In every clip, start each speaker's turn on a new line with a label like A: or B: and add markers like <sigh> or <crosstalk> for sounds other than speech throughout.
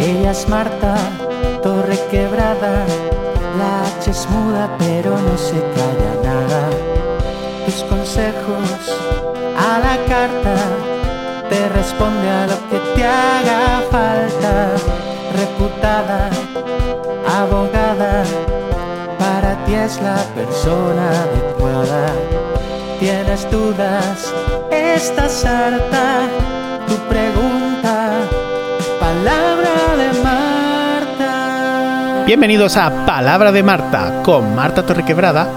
A: Ella es Marta, torre quebrada. La H es muda, pero no se calla nada. Tus consejos a la carta te responde a lo que te haga falta. Reputada, abogada, para ti es la persona adecuada. Tienes dudas, estás harta. Tu pregunta, palabra de Marta.
B: Bienvenidos a Palabra de Marta con Marta Torrequebrada.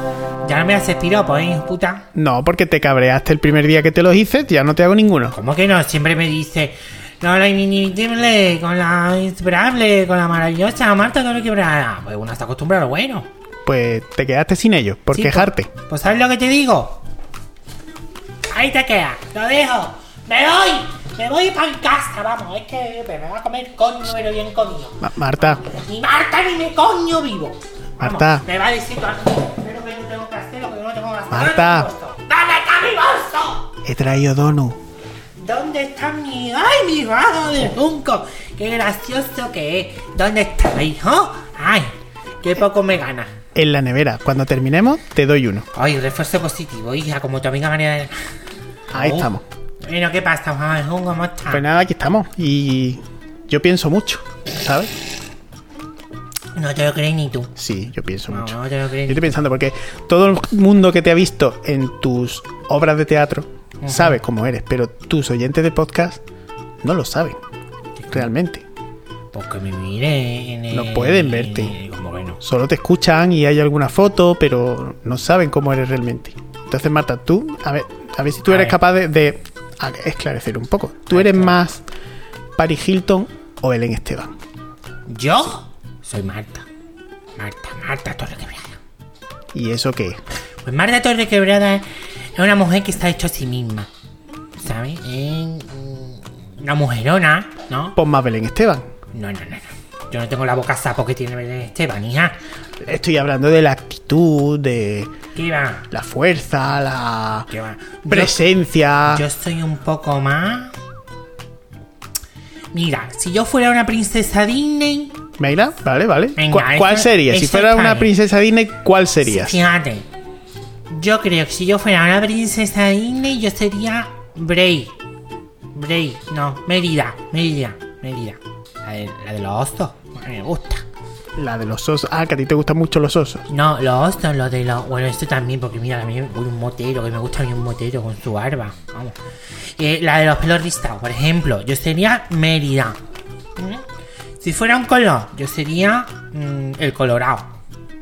C: Ya no me haces piropo, ¿eh, hijo puta?
B: No, porque te cabreaste el primer día que te los hice, ya no te hago ninguno.
C: ¿Cómo que no? Siempre me dice... No, la inimitable, con la insuperable, con la maravillosa Marta Toro Quebrada. Pues uno está acostumbrado, bueno.
B: Pues te quedaste sin ellos, por
C: Sí,
B: quejarte.
C: Pues, pues, ¿sabes lo que te digo? Ahí te queda, lo dejo. ¡Me voy! ¡Me voy para casa! Vamos, es que pues, me va a comer coño, pero bien comido.
B: Ma- Marta,
C: Ni Marta ni me coño vivo. Vamos,
B: Marta.
C: me va a decir todo. Pero que no tengo que hacer lo que no tengo que hacer.
B: Marta.
C: ¡Dame acá mi bolso!
B: he traído Donu.
C: ¿Dónde está mi. ¡Ay, mi vaso de junco! ¡Qué gracioso que es! ¿Dónde está, hijo? ¡Ay! ¡Qué poco me gana!
B: En la nevera, cuando terminemos, te doy uno.
C: Ay, refuerzo positivo, hija, como tu amiga María del...
B: Ahí
C: Oh.
B: estamos.
C: Bueno, ¿qué pasa, mamá de Junco? ¿Cómo estás?
B: Pues nada, aquí estamos. Y yo pienso mucho, ¿sabes?
C: No te lo crees ni tú.
B: Sí, yo pienso
C: No,
B: mucho.
C: no te lo
B: Yo
C: crees.
B: estoy pensando porque todo el mundo que te ha visto en tus obras de teatro sabe cómo eres, pero tus oyentes de podcast no lo saben realmente.
C: Porque me mire en el...
B: No pueden verte.
C: Como que no.
B: Solo te escuchan y hay alguna foto, pero no saben cómo eres realmente. Entonces, Marta, tú, a ver, a ver si tú
C: A
B: eres
C: ver.
B: capaz de, de a- esclarecer un poco. ¿Tú eres más Paris Hilton o Ellen Esteban?
C: ¿Yo? Soy Marta. Marta, Marta Torre Quebrada.
B: ¿Y eso qué? es?
C: Pues Marta Torre Quebrada es una mujer que está hecha a sí misma. ¿Sabes? Es mm, una mujerona, ¿no?
B: Pon más Belén Esteban.
C: No, no, no, no. Yo no tengo la boca sapo que tiene Belén Esteban, hija.
B: Estoy hablando de la actitud, de
C: ¿Qué va?
B: la fuerza, la
C: ¿Qué va? Yo-
B: presencia.
C: Yo estoy un poco más. Mira, si yo fuera una princesa Disney,
B: Meira, vale, vale. ¿Cu-
C: Venga,
B: ¿Cuál,
C: eso-
B: sería? Si
C: eso
B: fuera
C: está
B: una
C: bien.
B: princesa Disney, ¿cuál serías?
C: fíjate. Yo creo que si yo fuera una princesa Disney, yo sería Bray. Bray, no, Mérida, Mérida, Mérida. La de, la de los osos, me gusta.
B: La de los osos. Ah, que a ti te gustan mucho los osos.
C: No, los osos, los de los. Bueno, esto también, porque mira, a mí voy un motero, que me gusta a mí un motero con su barba. Vamos. Eh, la de los pelos rizados, por ejemplo, yo sería Mérida. ¿Mm? Si fuera un color, yo sería mm, el colorado.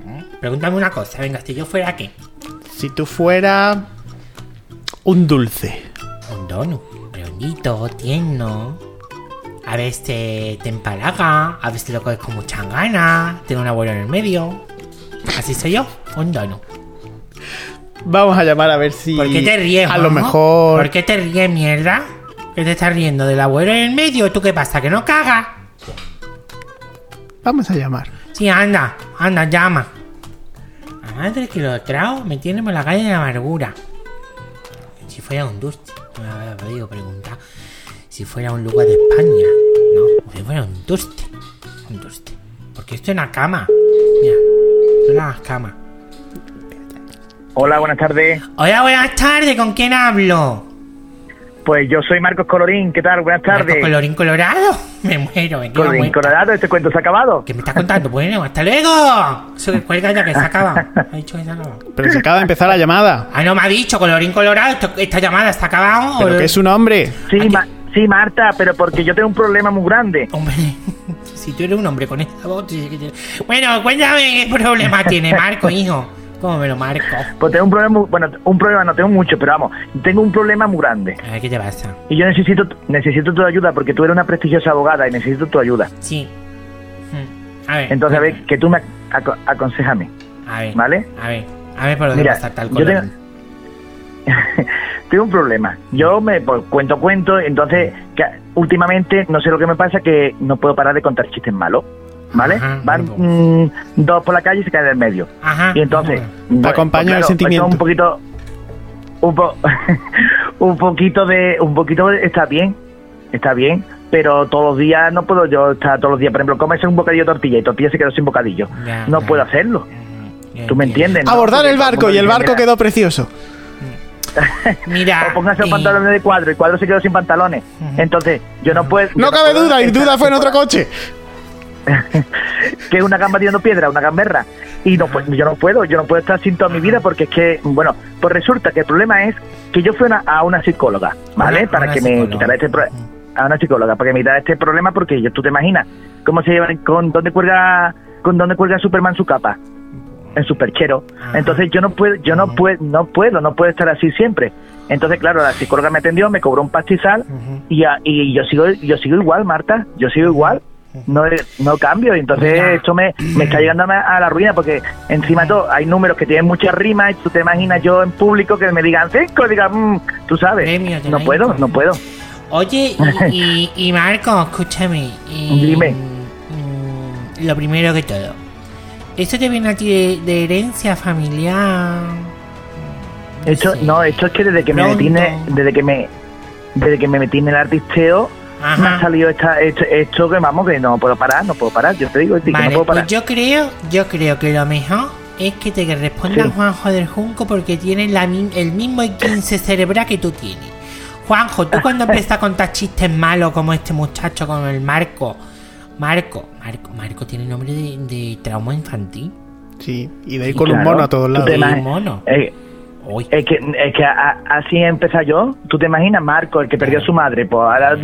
C: ¿Mm? Pregúntame una cosa, venga, si yo fuera qué?
B: Si tú fuera un dulce.
C: Un donut, redondito, tierno. A veces te empalaga, a veces lo coges con muchas ganas, tiene un abuelo en el medio. Así soy yo, un donut.
B: Vamos a llamar a ver si.
C: ¿Por qué te ríes?
B: A lo
C: mamá?
B: mejor.
C: ¿Por qué te ríes, mierda? ¿Que te estás riendo del abuelo en el medio? ¿Tú qué pasa? ¿Que no cagas?
B: Vamos a llamar.
C: Sí, anda, anda, llama. La madre que lo trago me tiene por la calle de amargura. Si fuera un Dusty, no me había podido preguntar. Si fuera un lugar de España, no, si fuera un Dusty. Un Dusty. Porque esto es una cama. Mira, esto es una cama.
D: Hola, buenas tardes.
C: Hola, buenas tardes, ¿con quién hablo?
D: Pues yo soy Marcos Colorín. ¿Qué tal? Buenas tardes.
C: Marco Colorín Colorado. <laughs> Me muero, me quedo
D: Colorín,
C: muerto.
D: Colorado, este cuento se ha acabado.
C: ¿Qué me estás contando? Bueno, hasta luego. Eso que cuelga ya que se acaba. Ha dicho que se acaba.
B: Pero se acaba de empezar la
C: <laughs>
B: llamada.
C: Ah, no me ha dicho, colorín colorado, esto- esta llamada está acabada.
B: ¿Pero qué es un hombre?
D: Sí,
C: Aquí-
D: Ma- sí, Marta, pero porque yo tengo un problema muy grande.
C: Hombre, <laughs> si tú eres un hombre con esta voz... tú sí que tienes- Bueno, cuéntame qué problema tiene Marco, hijo. ¿Cómo me lo marco?
D: Pues tengo un problema, muy- bueno, un problema no tengo mucho, pero vamos, tengo un problema muy grande.
C: A ver, ¿qué te pasa?
D: Y yo necesito, necesito tu ayuda porque tú eres una prestigiosa abogada y necesito tu ayuda.
C: Sí. Mm, A ver.
D: Entonces, a ver, que tú me aco- aconsejame.
C: A ver.
D: ¿vale?
C: A ver. A ver por dónde
D: Mira,
C: va a estar tal
D: yo tengo,
C: colorín.
D: tengo un problema. Yo me pues, cuento cuento, entonces que últimamente no sé lo que me pasa que no puedo parar de contar chistes malos, ¿vale?
C: Ajá,
D: Van
C: bueno.
D: mm, dos por la calle y se caen en el medio.
C: Ajá.
D: Y entonces pues, bueno,
B: acompaña el sentimiento.
D: esto es Un poquito <laughs> un, po- un poquito de un poquito de- está bien. Está bien, pero todos los días no puedo yo estar todos los días, por ejemplo, comerse un bocadillo de tortilla y tortilla se quedó sin bocadillo.
C: Ya,
D: no
C: ya.
D: puedo hacerlo.
C: Ya
D: ¿Tú me
C: entiendo.
D: entiendes? no?
B: Abordar
D: Porque
B: el
D: todo
B: barco
D: mundo
B: y el
D: dice,
B: barco
D: "Mira,
B: quedó precioso.
C: Mira. eh,
D: O póngase los
C: Ah, y-
D: pantalones de cuadro y cuadro se quedó sin pantalones. Entonces, yo no puedo. yo
B: No cabe
D: puedo
B: duda, y
D: estar
B: duda fue en
D: <laughs>
B: otro coche.
D: que es una gamba tirando piedra, una gamberra. Y no, pu- yo no puedo, yo no puedo estar así toda mi vida porque es que, bueno, pues resulta que el problema es que yo fui a una, a una psicóloga, ¿vale?
C: Una-
D: para
C: una
D: que me
C: psicóloga.
D: quitara este problema. A una psicóloga, para que me quitara este problema porque yo, tú te imaginas, ¿cómo se llevan? ¿Con dónde cuelga, con dónde cuelga Superman su capa? En su perchero.
C: Ajá.
D: Entonces yo no puedo, yo no puedo, no puedo, no puedo estar así siempre. Entonces, claro, la psicóloga me atendió, me cobró un pastizal
C: Ujú.
D: y, a- y yo sigo yo sigo igual, Marta. Yo sigo igual. No, he- no cambio. Y Entonces
C: Pues Ya.
D: esto me, me está llegando a a la ruina porque encima de todo hay números que tienen muchas rimas y tú te imaginas yo en público que me digan cinco y digan, mm, tú sabes.
C: Premio de
D: no
C: la
D: puedo,
C: Inca.
D: no puedo.
C: Oye,
D: <laughs>
C: y, y- y Marco, escúchame. y-
D: Dime.
C: mm, Lo primero que todo. ¿Esto te viene a ti de, de herencia familiar? Mm,
D: Esto,
C: Sí.
D: no, esto es que desde que me
C: Pronto.
D: metí en el- desde que me desde que me metí en el artisteo me ha
C: Ajá.
D: salido esta, esto, esto que vamos que no puedo parar, no puedo parar, yo te digo, que no
C: Vale,
D: puedo parar.
C: pues yo creo, yo creo que lo mejor es que te responda
D: Sí.
C: Juanjo del Junco porque tiene la mi- el mismo 15 cerebral que tú tienes. Juanjo, tú
D: <laughs>
C: cuando empiezas a contar chistes malos como este muchacho con el Marco, Marco, Marco, Marco tiene nombre de, de trauma infantil.
B: Sí, y de ir con un
D: Claro,
B: mono a todos
D: tú
B: lados.
D: te
C: Sí,
D: imaginas-
C: mono.
D: Eh,
C: Uy,
D: Es que, es que a- a- así empecé yo. ¿Tú te imaginas, Marco, el que perdió a su madre? Pues ahora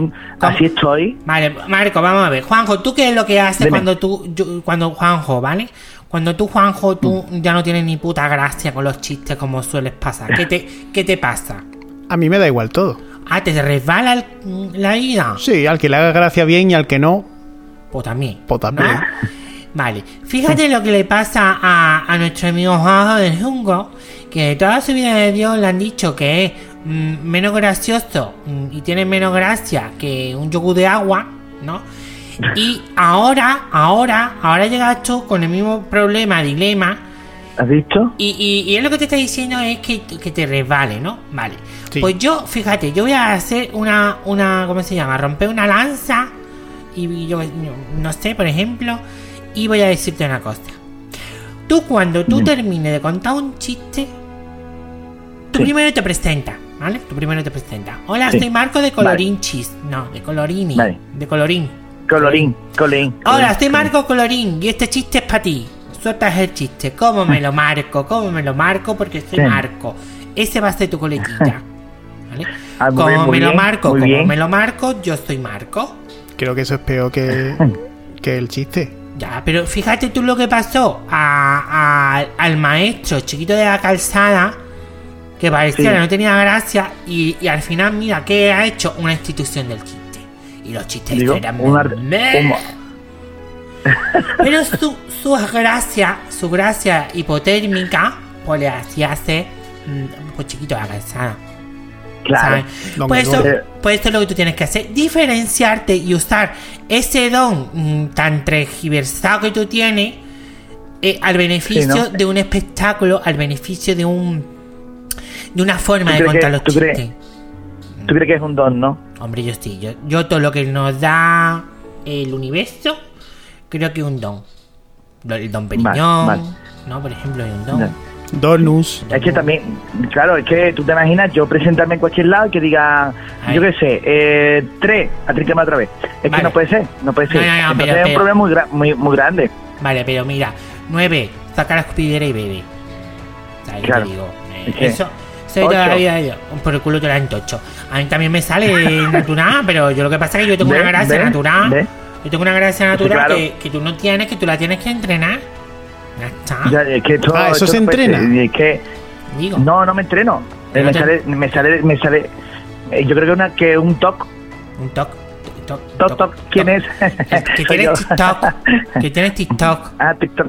D: así estoy.
C: Vale, Marco, vamos a ver. Juanjo, ¿tú qué es lo que haces
D: Dime.
C: cuando tú, yo- cuando Juanjo, ¿vale? Cuando tú, Juanjo, tú ya no tienes ni puta gracia con los chistes como sueles pasar. ¿Qué te, qué te pasa?
B: A mí me da igual todo.
C: Ah, te resbala el- la vida.
B: Sí, al que le haga gracia bien y al que no,
C: Pues también.
B: Pues también.
C: Vale. Fíjate lo que le pasa a, a nuestro amigo Juanjo del Jungo, que de toda su vida de Dios le han dicho que es mm, menos gracioso mm, y tiene menos gracia que un yogur de agua, ¿no? Y ahora, ahora, ahora llegas tú con el mismo problema, dilema,
D: ¿Has visto?
C: y, y, y él lo que te está diciendo es que, que te resbale, ¿no? Vale.
B: Sí.
C: Pues yo, fíjate, yo voy a hacer una, una ¿cómo se llama? Romper una lanza y yo, no sé, por ejemplo, y voy a decirte una cosa. Tú cuando tú termines de contar un chiste, tú primero te presentas, ¿vale? Tú primero te presentas. Hola,
D: Sí.
C: soy Marco de Colorinchis. No, de Colorini.
D: Vale.
C: De Colorín.
D: Colorín, colorín.
C: Hola,
D: colorín.
C: soy Marco Colorín y este chiste es para ti. Sueltas el chiste, cómo me lo marco, cómo me lo marco porque soy
D: Ah. Sí.
C: Marco. Ese va a ser tu
D: <laughs>
C: coletilla. ¿Vale?
D: Ah, muy bien,
C: Como
D: muy
C: me lo
D: bien,
C: marco,
D: muy
C: como
D: bien.
C: me lo marco, yo soy Marco.
B: creo que eso es peor que, que el chiste.
C: Ya, pero fíjate tú lo que pasó a- a- al maestro chiquito de la calzada, que parecía
D: Sí.
C: que no tenía gracia, y, y al final, mira, ¿qué ha hecho? Una institución del chiste. Y los chistes
D: Digo,
C: eran
D: un ar-
C: meh.
D: un-
C: Pero su, su gracia, su gracia hipotérmica, pues le hacía hacer mm, pues chiquito la calzada.
D: Claro.
C: ¿sabes?
B: Don
C: Pues eso,
B: Gregorio.
C: pues eso es lo que tú tienes que hacer, diferenciarte y usar ese don mm, tan transversado que tú tienes eh, al beneficio
D: Sí, ¿no?
C: de un espectáculo, al beneficio de un de una forma de
D: ¿Tú crees
C: contar
D: que-
C: los
D: tú crees?
C: chistes.
D: ¿Tú crees que es un don, no?
C: Hombre, yo sí, yo, yo todo lo que nos da el universo, creo que es un don. Lo- El don
D: Vale,
C: Periñón,
D: vale.
C: ¿no? Por ejemplo, es un don.
D: Vale.
B: Donus.
D: Es que también, claro, es que tú te imaginas yo presentarme en cualquier lado y que diga,
C: Ay.
D: yo qué sé, eh, tres, atríqueme otra vez. Es
C: Vale.
D: que no puede ser, no puede ser.
C: No, no, no,
D: Entonces
C: pero-
D: es un
C: pero-
D: problema muy, gra- muy, muy grande.
C: Vale, pero mira, 9, saca la escupidera y bebe. Ahí
D: Claro.
C: te digo. eh,
D: Es que-
C: eso, soy toda
D: Ocho.
C: la vida yo. Por el culo te la entocho. A mí también me
D: <laughs>
C: sale natural, pero yo lo que pasa es que yo tengo
D: Ve,
C: una gracia
D: ve,
C: natural.
D: ve.
C: Yo tengo una gracia natural
D: claro.
C: que, que tú no tienes, que tú la tienes que entrenar. Ya está,
D: Ya, es que esto-
B: Ah, eso
D: esto
B: se
D: no puede
B: entrena.
D: ser. Y Es que
C: digo.
D: No, no me entreno. Eh,
C: No
D: me,
C: te-
D: sale, me sale, me sale. eh, Yo creo que una que un toc,
C: Un toc. Toc,
D: toc, toc. ¿Quién es?
C: Que, que
D: <laughs> Soy yo.
C: tienes TikTok. Que tienes TikTok.
D: Ah, TikTok.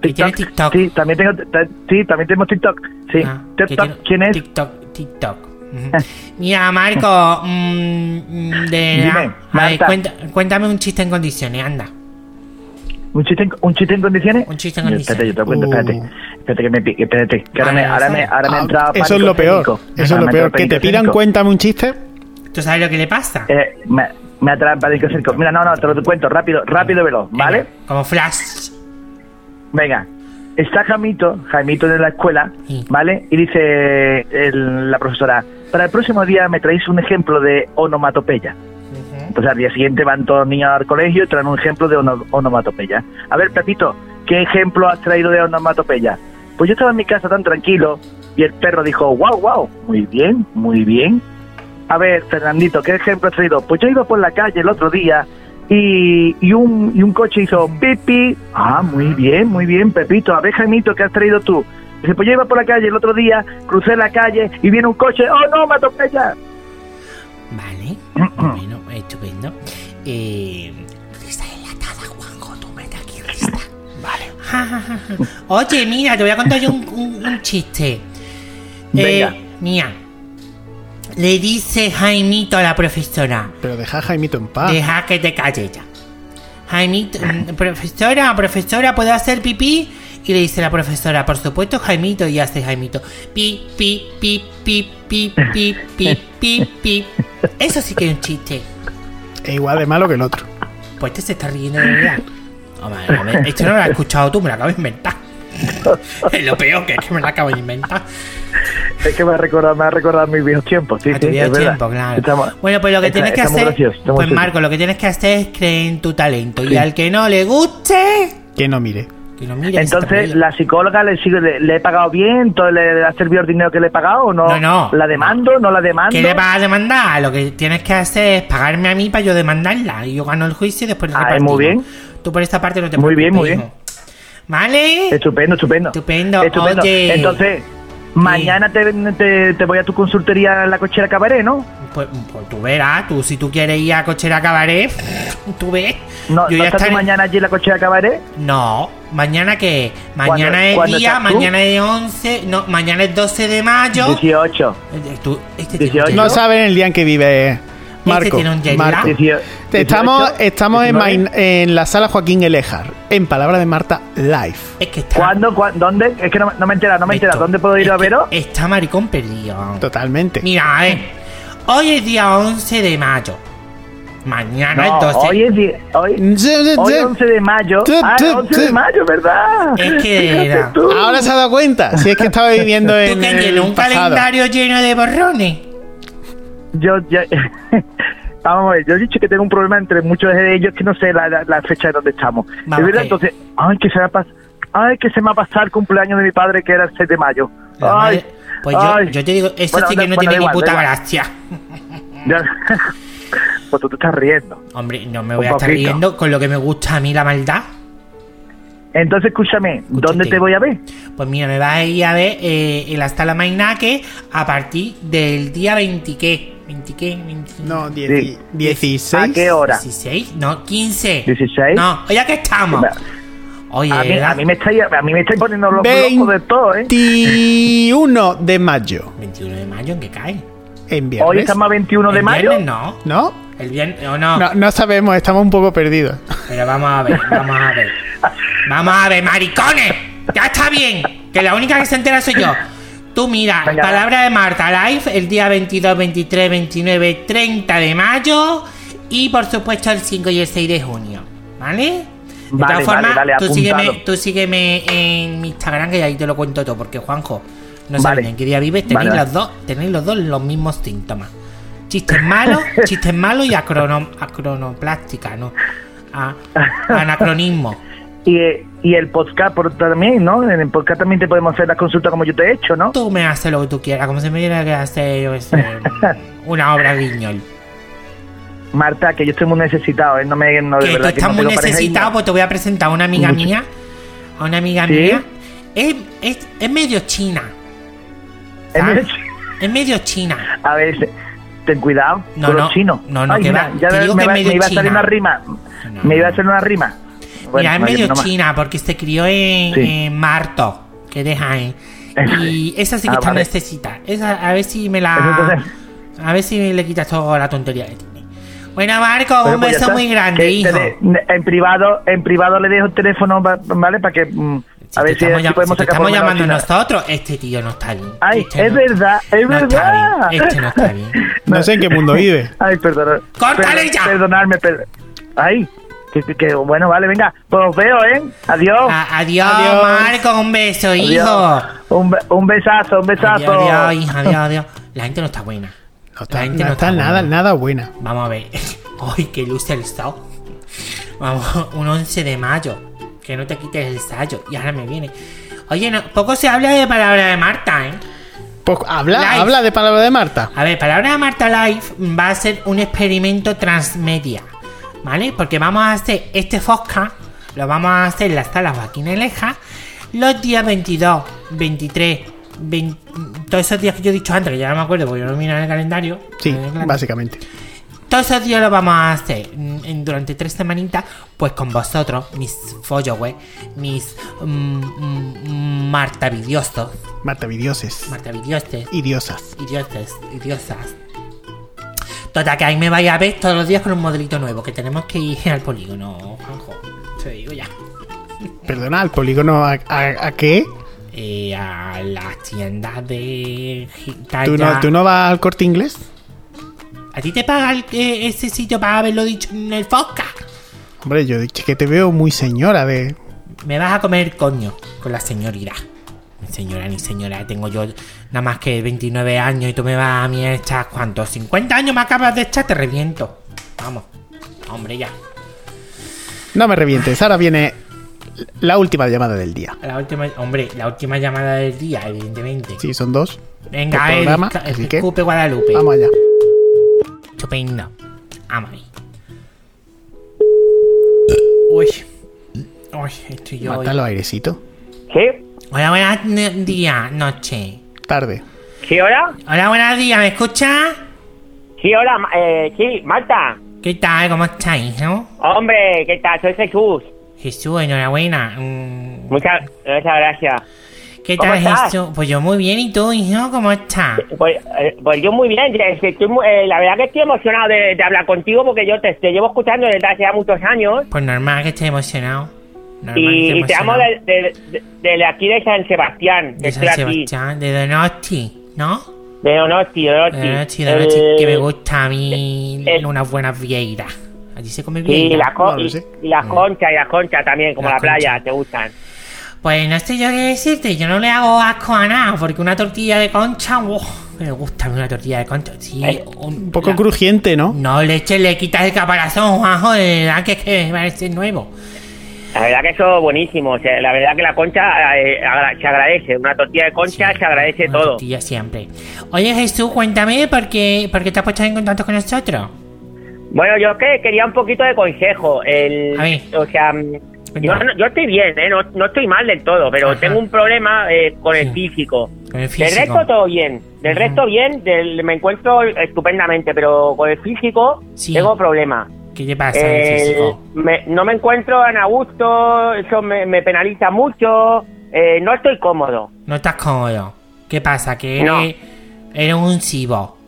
C: Que tienes TikTok.
D: Sí, también tengo, ta- sí, también tenemos TikTok. Sí.
C: Ah, que
D: TikTok,
C: tiene-
D: ¿quién es?
C: TikTok, TikTok. Ujú. Mira, Marco, mm, mm, de
D: Dime,
C: a ver,
D: Marta.
C: cuenta- cuéntame un chiste en condiciones, anda.
D: ¿Un chiste, en, ¿Un chiste en condiciones?
C: Un chiste en
D: Yo-
C: condiciones.
D: Espérate, yo te lo cuento, espérate.
B: Uh.
D: Espérate que me pi- espérate. Que ahora
C: Vale,
D: me, ahora me,
C: sale.
D: ahora me ha
B: Ah,
D: entrado
B: eso es
D: pánico
B: lo peor.
D: escénico.
B: Eso es lo
D: Me ha
B: peor.
D: entrado
B: Que te
D: pánico
B: pidan
D: escénico.
B: cuéntame un chiste.
C: ¿Tú sabes lo que le pasa?
D: Eh, me, me atrapa, tengo que hacer cosas. Mira, no, no, te lo cuento rápido, rápido y veloz, ¿vale?
C: Venga, Como flash.
D: Venga. Está Jaimito, Jaimito de la escuela,
C: Sí.
D: ¿vale? Y dice el- la profesora, para el próximo día me traéis un ejemplo de onomatopeya. Entonces Pues al día siguiente van todos los niños al colegio y traen un ejemplo de ono- onomatopeya. A ver, Pepito, ¿qué ejemplo has traído de onomatopeya? Pues yo estaba en mi casa tan tranquilo y el perro dijo, wow, wow, muy bien, muy bien. A ver, Fernandito, ¿qué ejemplo has traído? Pues yo iba por la calle el otro día y, y un, y un coche hizo pipi. Ah, muy bien, muy bien, Pepito. A ver, Jaimito, ¿qué has traído tú? Dice, pues yo iba por la calle el otro día, crucé la calle y viene un coche. ¡Oh, no, me atropella!
C: Vale. bueno, estupendo. Eh, risa enlatada, Juanjo, tú mete aquí risa. Vale. Ja, ja, ja, ja. Oye, mira, te voy a contar yo un, un- un chiste.
D: Venga.
C: mira. Le dice Jaimito a la profesora.
B: Pero deja a Jaimito en
D: Ah.
B: paz.
C: Deja que te calle ya. Jaimito, mm, profesora, profesora, ¿puedo hacer pipí? Y le dice la profesora, por supuesto, Jaimito, y hace Jaimito. Pi, pi, pi, pi, pi, pi, pi, pi, pi. Eso sí que es un chiste.
B: Es igual de malo que el otro.
C: Pues este se está riendo de verdad. Hombre, a ver, esto no lo has escuchado tú, me lo acabo de inventar. Es lo peor que es que me lo acabo de inventar.
D: Es que me ha recordado, me ha recordado mis viejos tiempos. Sí,
C: a tu
D: sí,
C: vida
D: es verdad.
C: tiempo, claro.
D: Estamos-
C: bueno, pues lo que
D: está-
C: tienes que
D: estamos
C: hacer,
D: graciosos, estamos
C: pues
D: graciosos.
C: Marco, lo que tienes que hacer es creer en tu talento.
D: Sí.
C: Y al que no le guste,
B: Que no mire.
C: que no mire. que se está
D: Entonces,
C: muriendo.
D: la psicóloga le sigue, le, le he pagado bien, entonces le ha servido el dinero que le he pagado o no.
C: No, no.
D: La demando, no la demando.
C: ¿Qué le vas a demandar? Lo que tienes que hacer es pagarme a mí para yo demandarla. Y yo gano el juicio y después lo
D: Ah,
C: repartimos.
D: muy bien.
C: Tú por esta parte no te
D: Muy bien,
C: preocupes,
D: muy bien.
C: hijo. ¿Vale?
D: Estupendo, estupendo.
C: Estupendo, oye.
D: Entonces, mañana te, te, te voy a tu consultoría en la cochera Cabaret, ¿no?
C: Pues, pues tú verás, tú si tú quieres ir a Cochera Cabaret, tú ves.
D: ¿No,
C: Yo ya
D: ¿no estás tú
C: estaré-
D: mañana allí en la cochera Cabaret?
C: No, mañana que mañana
D: ¿Cuándo-
C: es
D: cuándo
C: día,
D: estás tú?
C: mañana es 11, no, mañana es 12 de mayo.
D: 18.
C: Eh, tú- este tiene un
D: 18.
B: No
D: ¿No?
B: saben el día en que vive Marco.
C: tiene un jet
B: Marco.
C: lag.
D: Diecio-
B: Estamos,
D: 18,
B: estamos en,
D: 19.
B: Main- en la sala Joaquín Elejar, en palabra de Marta Live.
C: Es que está.
D: ¿Cuándo? cua- ¿Dónde? Es que no, no me he enterado, no me he
C: Esto-
D: enterado. ¿Dónde puedo ir
C: es
D: a
C: que
D: veros?
C: Está maricón perdido.
B: Totalmente.
C: Mira, a ver. Hoy es día 11 de mayo. Mañana
D: No,
C: es 12.
D: hoy es die- hoy, hoy 11 de mayo.
B: Sí,
D: Ah,
B: sí,
D: 11 de
B: sí.
D: mayo, ¿verdad?
C: Es que de
D: Fíjate
C: verdad.
D: tú.
B: Ahora se ha dado cuenta. Si es que estaba viviendo
C: <laughs> ¿Tú
B: en
C: qué
B: el
C: tienes? ¿Un
B: pasado.
C: calendario lleno de borrones?
D: Yo ya. <laughs> Vamos a ver, yo he dicho que tengo un problema entre muchos de ellos que no sé la, la- la fecha de donde estamos.
C: Vamos,
D: de verdad,
C: que-
D: entonces, ay, que se va a pasar. Ay, que se me va a pasar el cumpleaños de mi padre que era el 6 de mayo.
C: La
D: ay,
C: madre- pues yo,
D: ay.
C: yo te digo, eso
D: Bueno,
C: sí que no
D: bueno, da
C: tiene ni
D: igual, da
C: puta
D: igual.
C: gracia.
D: Ya- <laughs> pues tú te estás riendo.
C: Hombre, no me
D: Un
C: voy a estar
D: poquito.
C: riendo con lo que me gusta a mí la maldad.
D: Entonces, escúchame, ¿dónde
C: Escúchate.
D: te voy a ver?
C: Pues mira, me vas a ir a ver eh, en la sala Mainaque a partir del día 20 qué. 20 qué, 20.
B: No, dieci-
D: Sí.
B: 16.
D: ¿A qué hora?
C: 16, no, 15.
D: 16.
C: No, oye, que estamos. Oye,
D: A mí, a
C: ¿verdad?
D: mí me estáis a mí me estáis poniendo los locos de todo, ¿eh?
B: 21 de mayo.
C: 21 de mayo, ¿en qué cae?
B: En viernes.
D: Hoy estamos a 21 de
C: ¿El
D: mayo.
C: viernes no.
B: ¿No?
C: El viernes, o no.
B: No, no sabemos, estamos un poco perdidos.
C: Pero vamos a ver, vamos a ver. Vamos a ver, maricones. Ya está bien. Que la única que se entera soy yo. Tú mira,
D: Venga.
C: palabra de Marta Live el día 22, 23, 29, 30 de mayo. Y por supuesto el 5 y el 6 de junio. ¿Vale? De
D: Vale,
C: todas formas,
D: vale, vale,
C: tú, sígueme,
D: apuntado.
C: tú sígueme en mi Instagram que ahí te lo cuento todo. Porque Juanjo, no sabes
D: Vale.
C: ni en qué día vives. Tenéis,
D: Vale,
C: los dos, tenéis los dos los mismos síntomas. Chistes
D: <laughs>
C: malos, chistes malos y acrono, acronoplástica, ¿no? A- anacronismo.
D: Y, eh, y el podcast por- también, ¿no? En el podcast también te podemos hacer las consultas como yo te he hecho, ¿no?
C: Tú me haces lo que tú quieras, como se me diera que hacer yo qué sé, una obra
D: <laughs>
C: guiñol.
D: Marta, que yo estoy muy necesitado, ¿eh? No me... No, de
C: que tú
D: verdad,
C: estás
D: no
C: muy
D: tengo pareja y
C: necesitado,
D: no.
C: pues te voy a presentar a una amiga
D: Mucho.
C: mía. A una amiga
D: ¿Sí?
C: mía. Es, es- es medio china.
D: Es
C: ¿sabes?
D: medio chi-
C: Es medio china.
D: <laughs> A ver, se- ten cuidado
C: No,
D: con
C: no,
D: los chinos.
C: no, no, que
D: mira,
C: va,
D: ya
C: te
D: me,
C: digo que
D: va-
C: es medio
D: me iba a salir
C: china.
D: una rima.
C: No.
D: Me iba a salir una rima. Bueno,
C: Mira, es
D: no, yo
C: medio
D: no más.
C: china porque se crió en,
D: Sí.
C: en Marto, que deja en. Y esa sí que
D: Ah,
C: está
D: vale.
C: necesita. Esa, a ver si me
D: Entonces-
C: la. A ver si le quitas toda la tontería que tiene. Bueno, Marco,
D: Bueno,
C: un
D: pues ya
C: beso
D: está.
C: muy grande,
D: Que te
C: hijo.
D: de- en privado, en privado le dejo el teléfono, va- ¿vale? Para que mm,
C: Si
D: A
C: te
D: ver si,
C: estamos,
D: si
C: llam-
D: podemos
C: si te
D: sacar por
C: estamos
D: lo menos
C: llamando
D: una-
C: nosotros, este tío no está bien.
D: Ay,
C: Este
D: es
C: no-
D: verdad, es
C: no está
D: verdad.
C: bien, este no
D: <laughs>
C: está bien.
B: No sé en qué mundo vive.
D: Ay, perdón.
C: ¡Córtale
D: Perdón-
C: ya!
D: Perdonadme, per- Ay, que, que- que- bueno, vale, venga. Pues os veo, ¿eh? Adiós.
C: A- adiós,
B: Adiós.
C: Marco, un beso,
D: Adiós.
C: Ah, hijo.
D: Un, be- un besazo, un
C: Adiós,
D: besazo.
C: adiós, hija, adiós, adiós. La gente no está buena.
B: No está,
C: La gente
B: no
C: no
B: está
C: está
B: nada,
C: buena.
B: nada buena.
C: Vamos a ver. <laughs> Uy, qué luz el estado. Vamos, un 11 de mayo. Que no te quites el sayo. Y ahora me viene. Oye, no- poco se habla de palabra de Marta, ¿eh?
B: Pues habla,
C: Live.
B: habla de palabra de Marta.
C: A ver, Palabra de Marta Live va a ser un experimento transmedia, ¿vale? Porque vamos a hacer este Fosca, lo vamos a hacer en las salas Joaquín Eleja, los días 22, 23, 20 todos esos días que yo he dicho antes, que ya no me acuerdo porque yo no miro en el calendario.
B: Sí,
C: en
E: Eh,
C: el calendario.
B: básicamente.
C: Todos esos días lo vamos a hacer mm, en- durante tres semanitas, pues con vosotros, mis followers, mis mm, Marta Vidiosos,
B: Marta Vidioses.
C: Marta Vidiostes,
B: Y diosas.
C: idiotas, idiosas. Total, que ahí me vais a ver todos los días con un modelito nuevo, que tenemos que ir al polígono, Juanjo. Te lo digo ya.
B: Perdona, al polígono a, a- a qué?
C: Eh, a las tiendas de
B: ¿Tú no,
C: gitana.
B: ¿Tú no vas al corte inglés?
C: ¿A ti te paga el- eh, ese sitio para haberlo dicho en el Fosca?
B: Hombre, yo dije que te veo muy señora de.
C: Me vas a comer coño con la señoridad. Ni Señora ni señora, tengo yo nada más que 29 años y tú me vas a mí a echar cuántos, 50 años me acabas de echar, te reviento. Vamos, hombre, ya.
B: No me revientes, ahora viene la última llamada del día.
C: La última, hombre, la última llamada del día, evidentemente.
B: Sí, son dos. por
C: Venga, el,
B: programa,
C: ca-
B: así que-
C: Escupe Guadalupe.
B: Vamos allá.
C: Estupendo. Vamos ahí. Uy. Uy, estoy yo. hoy.
B: Mátalo, airecito.
E: ¿Qué?
C: Hola, buenas n- días, noche.
B: Tarde.
E: ¿Qué hora?
C: Hola, buenos días, ¿me escuchas?
E: ¿Qué hora? Ma- Eh, sí, Marta.
C: ¿Qué tal? ¿Cómo estáis, no?
E: Hombre, ¿qué tal? Soy Jesús.
C: Jesús, enhorabuena. Mm,
E: Muchas, muchas gracias.
C: ¿Qué
E: ¿Cómo
C: tal,
E: estás?
C: Jesús? Pues yo muy bien, ¿y tú, hijo? ¿Cómo estás?
E: Pues, eh, pues yo muy bien. es que estoy muy- eh, la verdad que estoy emocionado de, de hablar contigo porque yo te, te llevo escuchando desde hace ya muchos años
C: Pues normal que estés emocionado. Normal que
E: y,
C: estés
E: y te amo
C: emocionado.
E: de, de- de- de aquí de San Sebastián. que
C: de San
E: estoy
C: Sebastián, de Donosti, ¿no?
E: aquí. De Donosti, de
C: De
E: Donosti. Eh,
C: Donosti, de Donosti,
E: El-
C: que me gusta a mí
E: el-
C: unas buenas vieiras. Allí se come
E: eh, Sí, y
C: vieira.
E: las
B: No
E: con-
B: lo
E: y,
B: sé.
E: y
C: Mm.
E: las conchas, y las conchas también, como
C: Las
E: la playa, te gustan.
C: Pues no sé yo qué decirte, yo no le hago asco a nada, porque una tortilla de concha, ¡buah! me gusta a mí una tortilla de concha. Sí,
E: Eh,
B: Un poco crujiente, ¿no?
C: No le eches, le quitas el caparazón, Juanjo, de verdad que es que parece nuevo.
E: La verdad que eso es buenísimo. o sea, la verdad que la concha eh, agra- se agradece. Una tortilla de concha Pues se agradece
C: Una
E: todo.
C: tortilla siempre. Oye Jesús, cuéntame, ¿por qué, por qué te has puesto en contacto con nosotros?
E: Bueno, yo es que quería un poquito de consejo. El,
C: A ver.
E: O sea, mm, yo,
C: Venga.
E: no- yo estoy bien, ¿eh? no, no estoy mal del todo, pero
C: Ajá.
E: tengo un problema eh, con
C: Sí.
E: el físico.
C: Con el
E: Del
C: físico.
E: resto todo bien. Del
C: Ujú.
E: resto bien, del- me encuentro estupendamente, pero con el físico
C: Sí.
E: tengo problemas.
C: ¿Qué te pasa en
E: Eh,
C: el físico?
E: me- no me encuentro tan a gusto, eso me, me penaliza mucho, eh, no estoy cómodo.
C: No estás cómodo. ¿Qué pasa? Que
E: No.
C: eres, eres un cibo.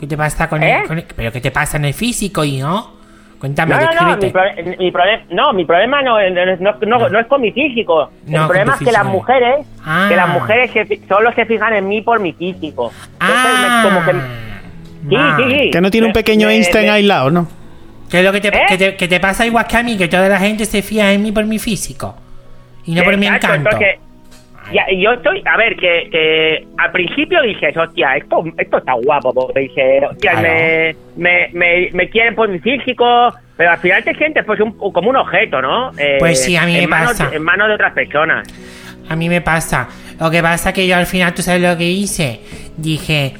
C: ¿Qué te pasa con,
E: ¿Eh?
C: el, con el- ¿Pero qué te pasa en el físico, hijo? Cuéntame,
E: No, no, no, mi,
C: descríbete.
E: proble- mi problema, no, mi problema no, no, no- no- no es con mi físico.
C: No, con
E: el problema
C: tu
E: es que las
C: físico.
E: mujeres,
C: Ah.
E: que las mujeres se fi- solo se fijan en mí por mi físico. Entonces, me-
C: ah,
E: como que- sí, sí, sí. Eh,
B: Que no tiene un
E: Me-
B: pequeño
E: me-
B: Einstein
E: me-
B: aislado, ¿no?
C: ¿Qué es lo que te,
E: ¿Eh?
C: que te- que te pasa igual que a mí? Que toda la gente se fía en mí por mi físico. Y no por mi
E: Exacto,
C: encanto.
E: entonces, ya, y yo estoy, a ver, que, que al principio dije, hostia, esto, esto está guapo, porque dije, hostia,
C: Claro.
E: me, me, me, me quieren por mi físico, pero al final te sientes pues un- como un objeto, ¿no? Eh,
C: Pues sí, a mí me
E: en manos-
C: pasa.
E: En manos de otras personas.
C: A mí me pasa. Lo que pasa que yo al final, ¿tú sabes lo que hice? Dije,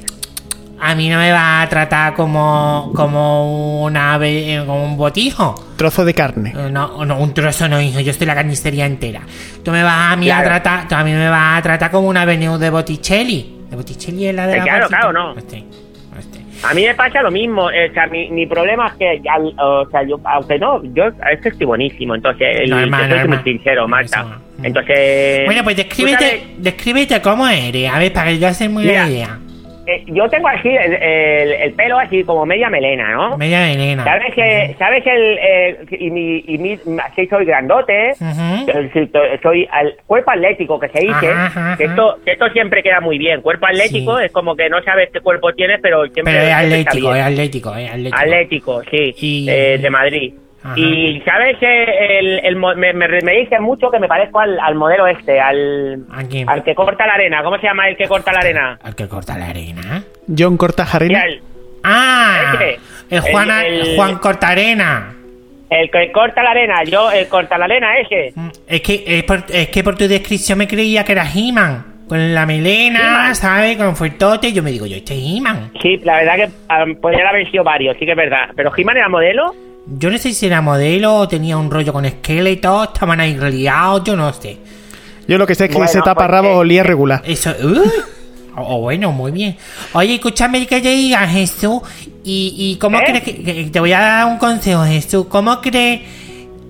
C: a mí no me va a tratar como, como, una, ave- eh, como un botijo.
B: Trozo de carne.
C: Eh, No, no, un trozo no, hijo. Yo estoy la carnicería entera. Tú me vas a, mí a
E: Claro.
C: tratar, tú a mí me vas a tratar como una avenue de Botticelli. ¿De Botticelli es la de
E: Eh,
C: la
E: claro,
C: música?
E: claro, no.
C: Este, este.
E: A mí me pasa lo mismo, eh, o sea, mi, mi problema es que, al- o sea, yo, aunque no, yo a esto estoy buenísimo, entonces, el,
C: Normal,
E: te soy
C: normal.
E: muy sincero, Marta.
C: Buenísimo. Mm.
E: Entonces...
C: Bueno, pues
E: tú
C: descríbete,
E: sabes-
C: descríbete cómo eres. A ver, para que yo hacerme una
E: Mira.
C: idea.
E: Eh, eh, yo tengo así el, el- el pelo así como media melena, ¿no?
C: Media melena.
E: ¿Sabes que, sabes que el, eh, y mi, y mi, así soy grandote,
C: Ujú.
E: eh, sí, to- soy al cuerpo atlético que se dice,
C: Ajá, ajá,
E: que
C: ajá.
E: esto, que esto siempre queda muy bien, cuerpo atlético
C: Sí.
E: es como que no sabes qué cuerpo tienes, pero siempre
C: Pero es
E: siempre está
C: atlético,
E: bien.
C: es atlético, es atlético.
E: Atlético, sí,
C: Y-
E: eh, de Madrid.
C: Ajá.
E: Y sabes que el, el mo- me, me, me dicen mucho que me parezco al, al modelo este, al,
C: ¿A quién?
E: al que corta la arena. ¿Cómo se llama el que corta la arena?
C: Al que corta la arena.
B: John Cortajarena.
E: Mira, el,
C: ¡Ah!
E: Ese.
C: El Juan,
E: El-
C: Juan Cortarena.
E: el que corta la arena, yo, el corta la arena ese.
C: Mm, Es que, es, por, es que por tu descripción me creía que era He-Man. Con la melena,
E: He-Man.
C: ¿sabes? Con fuertote. Yo me digo, yo, este es He-Man.
E: Sí, la verdad que podría podrían haber sido varios, sí que es verdad. Pero He-Man era modelo.
C: Yo no sé si era modelo o tenía un rollo con esqueletos, estaban ahí liados, yo no sé.
B: Yo lo que sé es que
E: Bueno,
B: ese taparrabo
E: porque-
B: olía regular.
C: Eso, ¡uy! o, o bueno, muy bien. Oye, escúchame que te diga, Jesús. ¿Y, y cómo
E: ¿Eh?
C: crees que, que- Te voy a dar un consejo, Jesús. ¿Cómo crees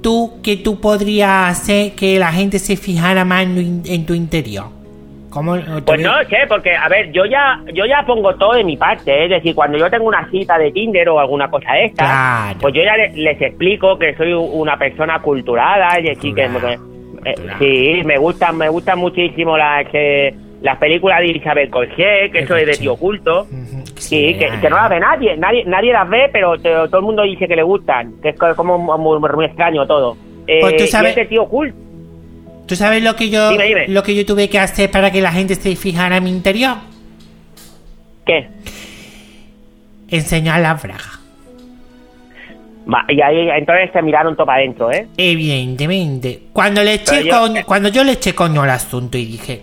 C: tú que tú podrías hacer que la gente se fijara más en, tu in- en tu interior? ¿Cómo, eh, te
E: Pues
C: voy
E: no
C: a-
E: sé, porque, a ver, yo ya yo ya pongo todo de mi parte. ¿eh? Es decir, cuando yo tengo una cita de Tinder o alguna cosa de esta,
C: Claro.
E: pues yo ya le- les explico que soy u- una persona culturada, es decir, que...
C: Culturada,
E: que- eh,
C: culturada.
E: sí, me gustan me gustan muchísimo las, eh, las películas de Isabel Coixet, que eso es de
C: Coixet.
E: tío culto.
C: Ujú,
E: Sí, que, que no ¿eh? las ve nadie, nadie, nadie las ve, pero te- todo el mundo dice que le gustan, que es co- como muy, muy extraño todo. Eh,
C: Pues tú sabes-
E: y este tío cool.
C: ¿Tú sabes lo que yo
E: Dime, dime.
C: lo que yo tuve que hacer para que la gente se fijara en mi interior?
E: ¿Qué?
C: Enseñar las bragas.
E: Va, y ahí entonces se miraron todo para adentro, ¿eh?
C: Evidentemente. Cuando le eché
E: Pero yo-
C: coño- cuando yo le eché coño al asunto y dije,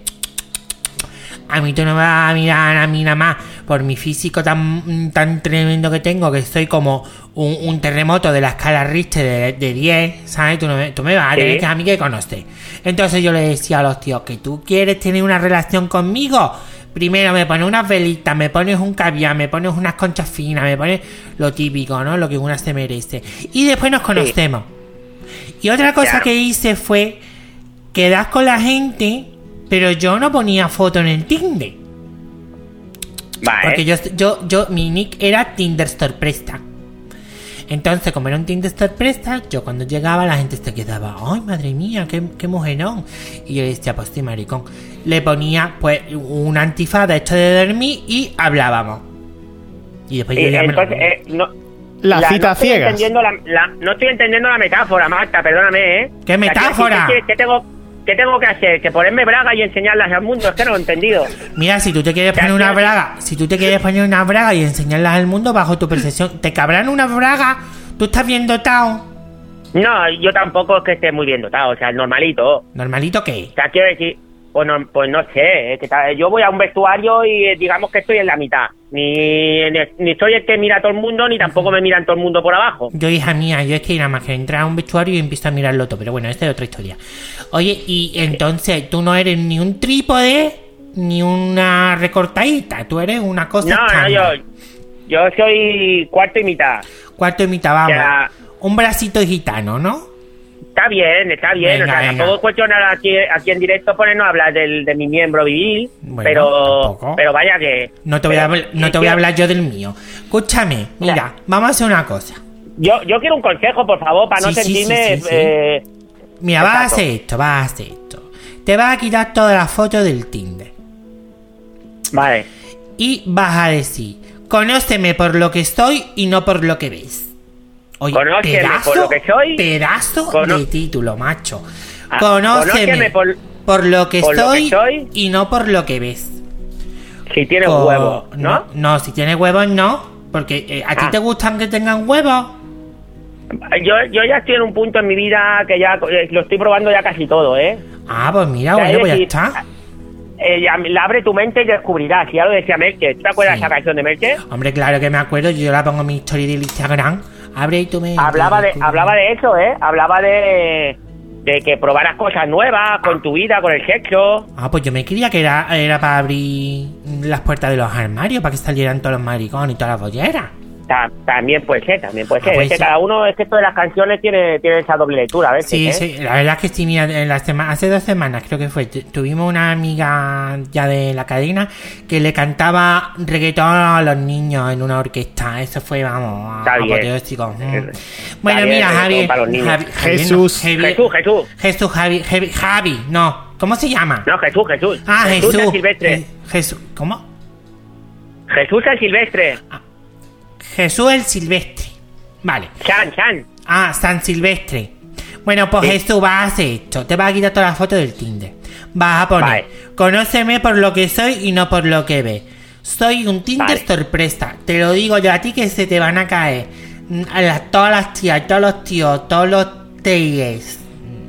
C: a mí tú no me vas a mirar a mí nada más por mi físico tan, tan tremendo que tengo, que soy como un, un terremoto de la escala Richter de, de 10, ¿sabes? Tú, no me, tú me vas a
E: Sí.
C: tener que a mí que conocer. Entonces yo le decía a los tíos, que tú quieres tener una relación conmigo. Primero me pones unas velitas, me pones un caviar, me pones unas conchas finas, me pones lo típico, ¿no? Lo que una se merece. Y después nos conocemos. Y otra cosa
E: Claro.
C: que hice fue quedar con la gente, pero yo no ponía foto en el Tinder.
E: Va,
C: Porque
E: ¿eh?
C: yo, yo, yo, mi nick era Tinder Sorpresa. Entonces, como era un Tinder Sorpresa, yo cuando llegaba la gente se quedaba, ¡ay, madre mía, qué, qué mujerón! Y yo decía, pues sí, maricón. Le ponía, pues, una antifada hecho de dormir y hablábamos. Y después Pues yo
E: Y
C: ya me lo
E: entonces,
C: comí.
E: eh, no,
B: La cita
E: no estoy
B: ciegas.
E: entendiendo la- la- no estoy entendiendo la metáfora, Marta, perdóname, ¿eh?
C: ¿Qué
E: O sea,
C: metáfora?
E: ¿qué- qué- qué tengo, ¿Qué tengo que hacer? ¿Que ponerme braga y enseñarlas al mundo? Es que no lo he entendido.
C: Mira, si tú te quieres poner una braga, si tú te quieres poner una braga y enseñarlas al mundo bajo tu percepción, te cabrán una braga. Tú estás bien dotado.
E: No, yo tampoco es que esté muy bien dotado, o sea, normalito.
C: Normalito que es.
E: O sea, quiero decir, pues no, pues no sé, es que tal- yo voy a un vestuario y eh, digamos que estoy en la mitad. Ni, ni, ni soy el que mira a todo el mundo, ni tampoco me miran todo el mundo por abajo.
C: Yo, hija mía, yo es que nada más que entrar a un vestuario y empiezo a mirarlo todo. Pero bueno, esta es otra historia. Oye, y entonces tú no eres ni un trípode ni una recortadita. Tú eres una cosa.
E: No, no,
C: estándar.
E: yo, yo soy cuarto y mitad.
C: Cuarto y mitad, vamos.
E: Ya.
C: Un bracito de gitano, ¿no?
E: Está bien, está bien.
C: Venga,
E: o sea,
C: venga.
E: tampoco es cuestionar aquí, aquí en directo ponernos a hablar del, de mi miembro viril,
C: Bueno,
E: pero,
C: tampoco.
E: pero vaya que.
C: No te voy a,
E: pero-
C: habl- no te voy a hablar yo del mío. Escúchame, mira,
E: Ya.
C: vamos a hacer una cosa.
E: Yo, yo quiero un consejo, por favor, para
C: Sí,
E: no
C: sí, sí,
E: sentirme.
C: sí, sí.
E: eh,
C: Mira, vas a
E: Exacto.
C: hacer esto, vas a hacer esto. Te vas a quitar todas las fotos del Tinder.
E: Vale.
C: Y vas a decir, conóceme por lo que soy y no por lo que ves. Oye,
E: Conóceme por lo que soy.
C: Pedazo
E: Cono-
C: de título, macho.
E: Ah,
C: conóceme
E: conóceme
C: por,
E: por-
C: lo que
E: por lo que
C: soy
E: soy.
C: y no por lo que ves.
E: Si tienes
C: Co-
E: huevos, ¿no?
C: No, si tienes huevos, no. Porque eh, a ti
E: Ah.
C: te gustan que tengan huevos.
E: Yo, yo ya estoy en un punto en mi vida que ya eh, lo estoy probando ya casi todo, ¿eh?
C: Ah, pues mira,
E: O sea,
C: bueno,
E: es
C: pues ya
E: decir,
C: está.
E: Eh, ya- la abre tu mente y descubrirás. Ya lo decía Merkel. ¿Tú te acuerdas
C: Sí.
E: de esa canción de Merkel?
C: Hombre, claro que me acuerdo, yo la pongo en mi historia de Instagram. Abre y tú me...
E: Hablaba de,
C: tú me-
E: hablaba de eso, ¿eh? Hablaba de, de que probaras cosas nuevas con tu vida, con el sexo.
C: Ah, pues yo me creía que era, era para abrir las puertas de los armarios, para que salieran todos los maricones y todas las bolleras.
E: Ta- también puede ser, también puede
C: Ah,
E: ser.
C: puede
E: es que
C: ser.
E: cada uno, es que esto de las canciones tiene, tiene esa doble lectura, a veces.
C: Sí,
E: ¿eh?
C: sí, la verdad es que sí, mira, en las sema- hace dos semanas creo que fue, tu- tuvimos una amiga ya de la cadena que le cantaba reggaetón a los niños en una orquesta. Eso fue, vamos,
E: Está bien.
C: apoteósico. Mm.
E: Está
C: Bueno,
E: bien,
C: mira,
E: reggaetón
C: Javi,
E: para los niños.
C: Javi- Javi, no,
B: Jesús.
C: Javi-
E: Jesús, Jesús.
C: Jesús, Javi, Javi, Javi, no, ¿cómo se llama?
E: No, Jesús, Jesús.
C: Ah,
E: Jesús.
C: Jesús.
E: San Silvestre.
C: Je- Jesús, ¿cómo?
E: Jesús San Silvestre.
C: Jesús el Silvestre. Vale.
E: Chan, Chan.
C: Ah, San Silvestre. Bueno, pues
E: Sí.
C: Jesús, vas a hacer esto. Te vas a quitar todas las fotos del Tinder. Vas a poner,
E: Vale.
C: conóceme por lo que soy y no por lo que ve. Soy un Tinder
E: Vale.
C: sorpresa. Te lo digo yo a ti que se te van a caer. Mm, A las, todas las tías, todos los tíos, todos los tíes.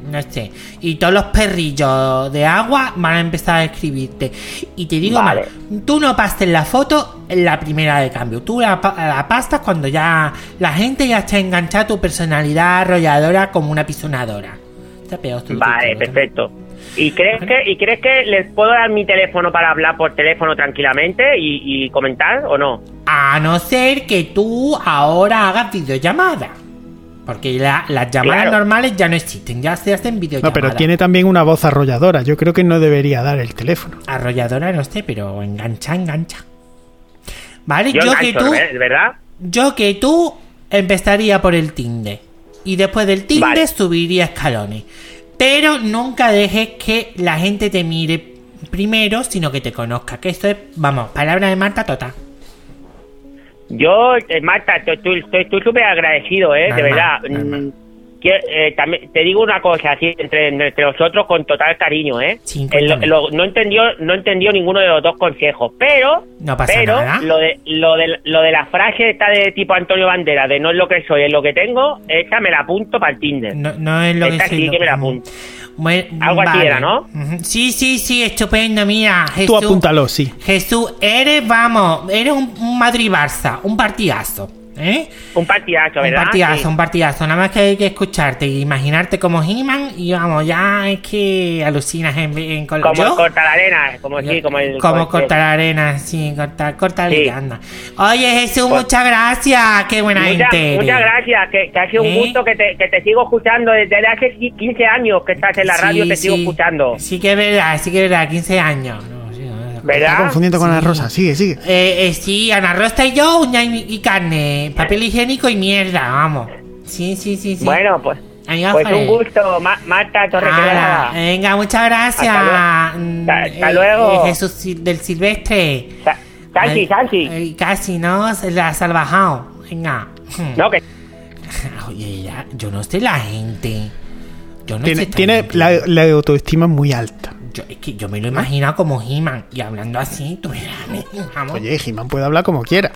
C: mm, No sé. Y todos los perrillos de agua van a empezar a escribirte. Y te digo
E: Vale.
C: más, tú no pastes la foto en la primera de cambio. Tú la, pa- la pastas cuando ya la gente ya está enganchada a tu personalidad arrolladora como una pisonadora. Está peor tú, tú, tú,
E: Vale,
C: tú.
E: perfecto. ¿Y crees que y crees que les puedo dar mi teléfono para hablar por teléfono tranquilamente y, y comentar o no?
C: A no ser que tú ahora hagas videollamada. Porque la- las llamadas
E: Claro.
C: normales ya no existen, ya se hacen
B: No,
C: videollamadas.
B: pero tiene también una voz arrolladora. Yo creo que no debería dar el teléfono.
C: Arrolladora no sé, pero engancha, engancha. Vale, yo,
E: Yo,
C: que
E: engancho,
C: tú...
E: ¿eh? ¿verdad?
C: Yo que tú empezaría por el Tinder. Y después del Tinder
E: Vale.
C: subiría escalones. Pero nunca dejes que la gente te mire primero, sino que te conozca. Que esto es, vamos, palabra de Marta Tota.
E: Yo, eh, Marta, estoy- estoy estoy- estoy súper agradecido, ¿eh? de
C: Normal,
E: verdad.
C: normal.
E: Mm, que- eh, también te digo una cosa, así, entre, entre nosotros con total cariño, ¿eh?
C: Sí,
E: El-
C: cuéntame.
E: lo- no entendió no entendió ninguno de los dos consejos, pero...
C: No pasa
E: pero
C: nada.
E: Lo de, lo, de, lo de la frase esta de tipo Antonio Bandera, de no es lo que soy, es lo que tengo, esta me la apunto para el Tinder.
C: No, no es lo
E: Esta
C: que soy,
E: sí
C: lo
E: que me la
C: como.
E: apunto.
C: Bueno,
E: Algo así era, ¿no?
C: Ujú. Sí, sí, sí, estupendo, mira.
B: Tú
C: Jesús,
B: apúntalo, sí.
C: Jesús, eres, vamos, eres un, un Madrid-Barça, un partidazo, ¿eh?
E: Un partidazo,
C: Un
E: ¿verdad?
C: partidazo,
E: Sí.
C: un partidazo. Nada más que hay que escucharte e imaginarte como He-Man y vamos, ya es que alucinas en, en col-
E: Como el
C: ¿Yo?
E: corta la arena, como sí,
C: Yo-
E: como el...
C: como
E: como el-
C: cortar arena, sí, cortar, cortar
E: Sí.
C: anda. Oye, Jesús,
E: Pues-
C: muchas gracias, qué buena
E: Muchas-
C: gente. eres.
E: muchas gracias, que, que ha sido un
C: ¿Eh?
E: gusto que te, que te sigo escuchando desde hace 15 años que estás en la
C: Sí,
E: radio, te
C: sí.
E: sigo escuchando.
C: Sí, que es verdad, sí que es verdad, 15 años. No, sí, no, no.
B: Está
E: ¿Verdad?
B: confundiendo con
C: Sí.
B: la rosa. Sigue, sigue.
C: Eh, eh, sí, Ana Rosta y yo, uña y, y
E: Eh.
C: carne, papel higiénico y mierda, vamos. Sí, sí, sí, sí.
E: Bueno, pues,
C: Amiga,
E: pues
C: joder.
E: un gusto, Ma- Marta Torres.
C: Ala, eh.
E: Quebrada.
C: venga, muchas gracias.
E: Hasta
C: Mm,
E: Hasta- hasta
C: eh,
E: luego.
C: eh, Jesús Sil- del Silvestre.
E: Sa- Santi,
C: Ay,
E: Santi.
C: ay, Casi, ¿no? Se La has salvajado. Venga.
E: No, que
C: <laughs> Oye, ya, yo no sé la gente. Yo no
B: Tiene,
C: sé. esta
B: tiene
C: gente.
B: la, la autoestima muy alta.
C: Yo- es que yo me lo he imaginado como He-Man. Y hablando así, tú me vamos.
B: Oye, Jimán puede hablar como quiera.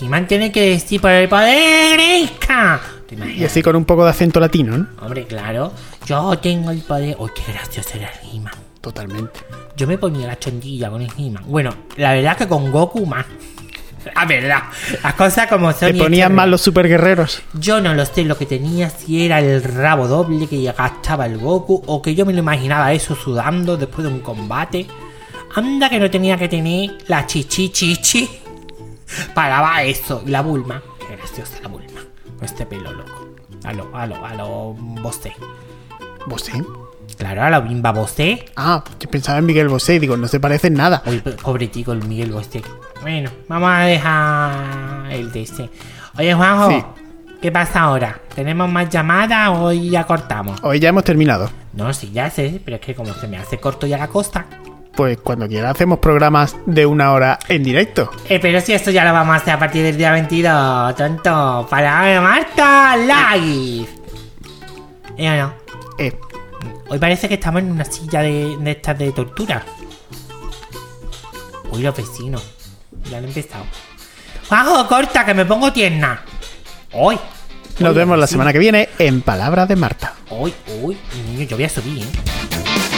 C: He-Man tiene que decir por el poder de Grayskull. ¿Te
B: Y
C: imaginas?
B: así con un poco de acento latino, ¿no?
C: Hombre, claro. Yo tengo el poder. Oye, qué gracioso era el He-Man.
B: Totalmente.
C: Yo me ponía la chondilla con el He-Man. Bueno, la verdad que con Goku más. <laughs> La verdad. Las cosas como son.
B: Te
C: y
B: ponían
C: hechas
B: mal los superguerreros.
C: Yo no lo sé lo que tenía, si era el rabo doble que gastaba el Goku o que yo me lo imaginaba eso sudando después de un combate. Anda que no tenía que tener la chichi chichi. <laughs> Paraba eso, la Bulma. Qué graciosa la Bulma. Con este pelo loco. A lo, a lo, a lo Bosé.
B: ¿Bosé?
C: Claro, a la bimba Bosé.
B: Ah, pues yo pensaba en Miguel Bosé y digo, no se parece en nada.
C: Uy, po- pobre tico el Miguel Bosé. Bueno, vamos a dejar el de este. Oye, Juanjo.
B: Sí.
C: ¿Qué pasa ahora? ¿Tenemos más llamadas o hoy ya cortamos?
B: Hoy ya hemos terminado.
C: No, sí, ya sé, pero es que como se me hace corto ya la costa.
B: Pues cuando quiera hacemos programas de una hora en directo.
C: Eh, pero si esto ya lo vamos a hacer a partir del día 22, tonto. Para Marta Live. Eh, o no.
B: Eh,
C: Hoy parece que estamos en una silla de, de estas de tortura. Uy, los vecinos. Ya lo he empezado. ¡Bajo, corta, que me pongo tierna! ¡Hoy!
B: nos vemos la semana que viene en Palabra de Marta.
C: ¡Hoy, hoy! Niño, yo voy a subir, ¿eh?